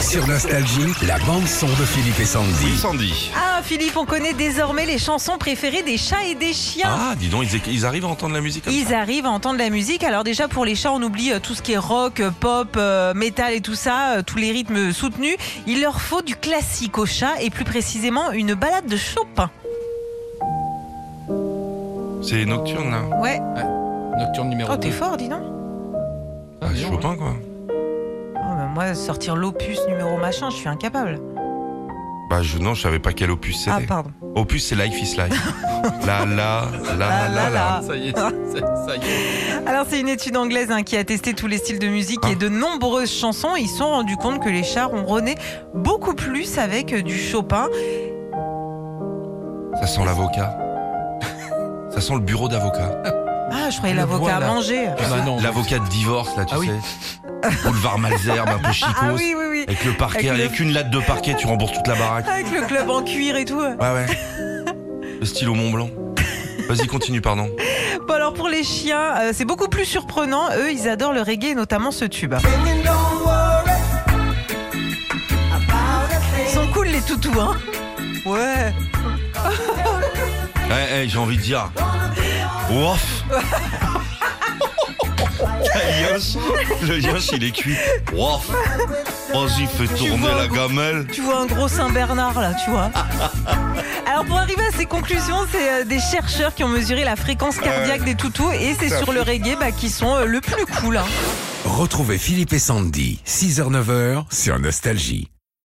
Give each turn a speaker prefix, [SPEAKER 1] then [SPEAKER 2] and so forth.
[SPEAKER 1] Sur Nostalgie, la bande-son de Philippe et
[SPEAKER 2] Oui,
[SPEAKER 1] Sandy.
[SPEAKER 2] Sandy.
[SPEAKER 3] Ah Philippe, on connaît désormais les chansons préférées des chats et des chiens.
[SPEAKER 2] Ah, dis donc, ils, ils arrivent à entendre la musique comme ça
[SPEAKER 3] Ils arrivent à entendre la musique. Alors déjà pour les chats, on oublie euh, tout ce qui est rock, euh, pop, euh, métal et tout ça, euh, tous les rythmes soutenus. Il leur faut du classique aux chats et plus précisément une balade de Chopin.
[SPEAKER 2] C'est nocturne, là.
[SPEAKER 3] Ouais.
[SPEAKER 4] Nocturne numéro
[SPEAKER 3] Oh t'es
[SPEAKER 4] 2.
[SPEAKER 3] fort, dis donc.
[SPEAKER 2] Ah, c'est Chopin, quoi.
[SPEAKER 3] Oh, mais moi sortir l'opus numéro machin, je suis incapable.
[SPEAKER 2] Bah, je, non, je savais pas quel opus
[SPEAKER 3] Ah
[SPEAKER 2] c'était.
[SPEAKER 3] pardon.
[SPEAKER 2] opus, c'est Life is Life. la, la, la, la, la,
[SPEAKER 3] Bah, là.
[SPEAKER 4] Ça y est, ça, ça- ça y est.
[SPEAKER 3] Alors c'est une étude anglaise hein, qui a testé tous les styles de musique et de nombreuses chansons. Ils se sont rendus compte que les chats ronronnaient beaucoup plus avec euh, du Chopin.
[SPEAKER 2] Ça sent l'avocat. ça sent le bureau d'avocat.
[SPEAKER 3] Ah, je croyais
[SPEAKER 4] Le
[SPEAKER 3] l'avocat
[SPEAKER 4] voilà.
[SPEAKER 3] à manger.
[SPEAKER 4] Ah bah non.
[SPEAKER 2] L'avocat de divorce, là, tu
[SPEAKER 4] Ah oui.
[SPEAKER 2] sais. Boulevard Malzerbe, un peu chicose.
[SPEAKER 3] Ah oui, oui, oui.
[SPEAKER 2] Avec le parquet,
[SPEAKER 3] Avec le-
[SPEAKER 2] avec, une latte de parquet, tu rembourses toute la baraque.
[SPEAKER 3] Avec le club en cuir et tout.
[SPEAKER 2] Ouais, ouais. le stylo Mont Blanc. Vas-y, continue, pardon.
[SPEAKER 3] Bon, alors pour les chiens, euh, c'est beaucoup plus surprenant. Eux, ils adorent le reggae et notamment ce tube. Ils sont cool les toutous, hein Ouais.
[SPEAKER 2] Eh, eh, j'ai envie de dire. Wouf La yoche, le yoche, il est cuit. Wouf Vas-y, fais tourner
[SPEAKER 3] vois
[SPEAKER 2] la
[SPEAKER 3] un coup-
[SPEAKER 2] gamelle.
[SPEAKER 3] Tu vois un gros Saint-Bernard là, tu vois. Alors pour arriver à ces conclusions, c'est euh, des chercheurs qui ont mesuré la fréquence cardiaque des toutous et c'est sur le reggae bah, qui sont euh, le plus cool. hein.
[SPEAKER 1] Retrouvez Philippe et Sandy, 6h-9h, sur Nostalgie.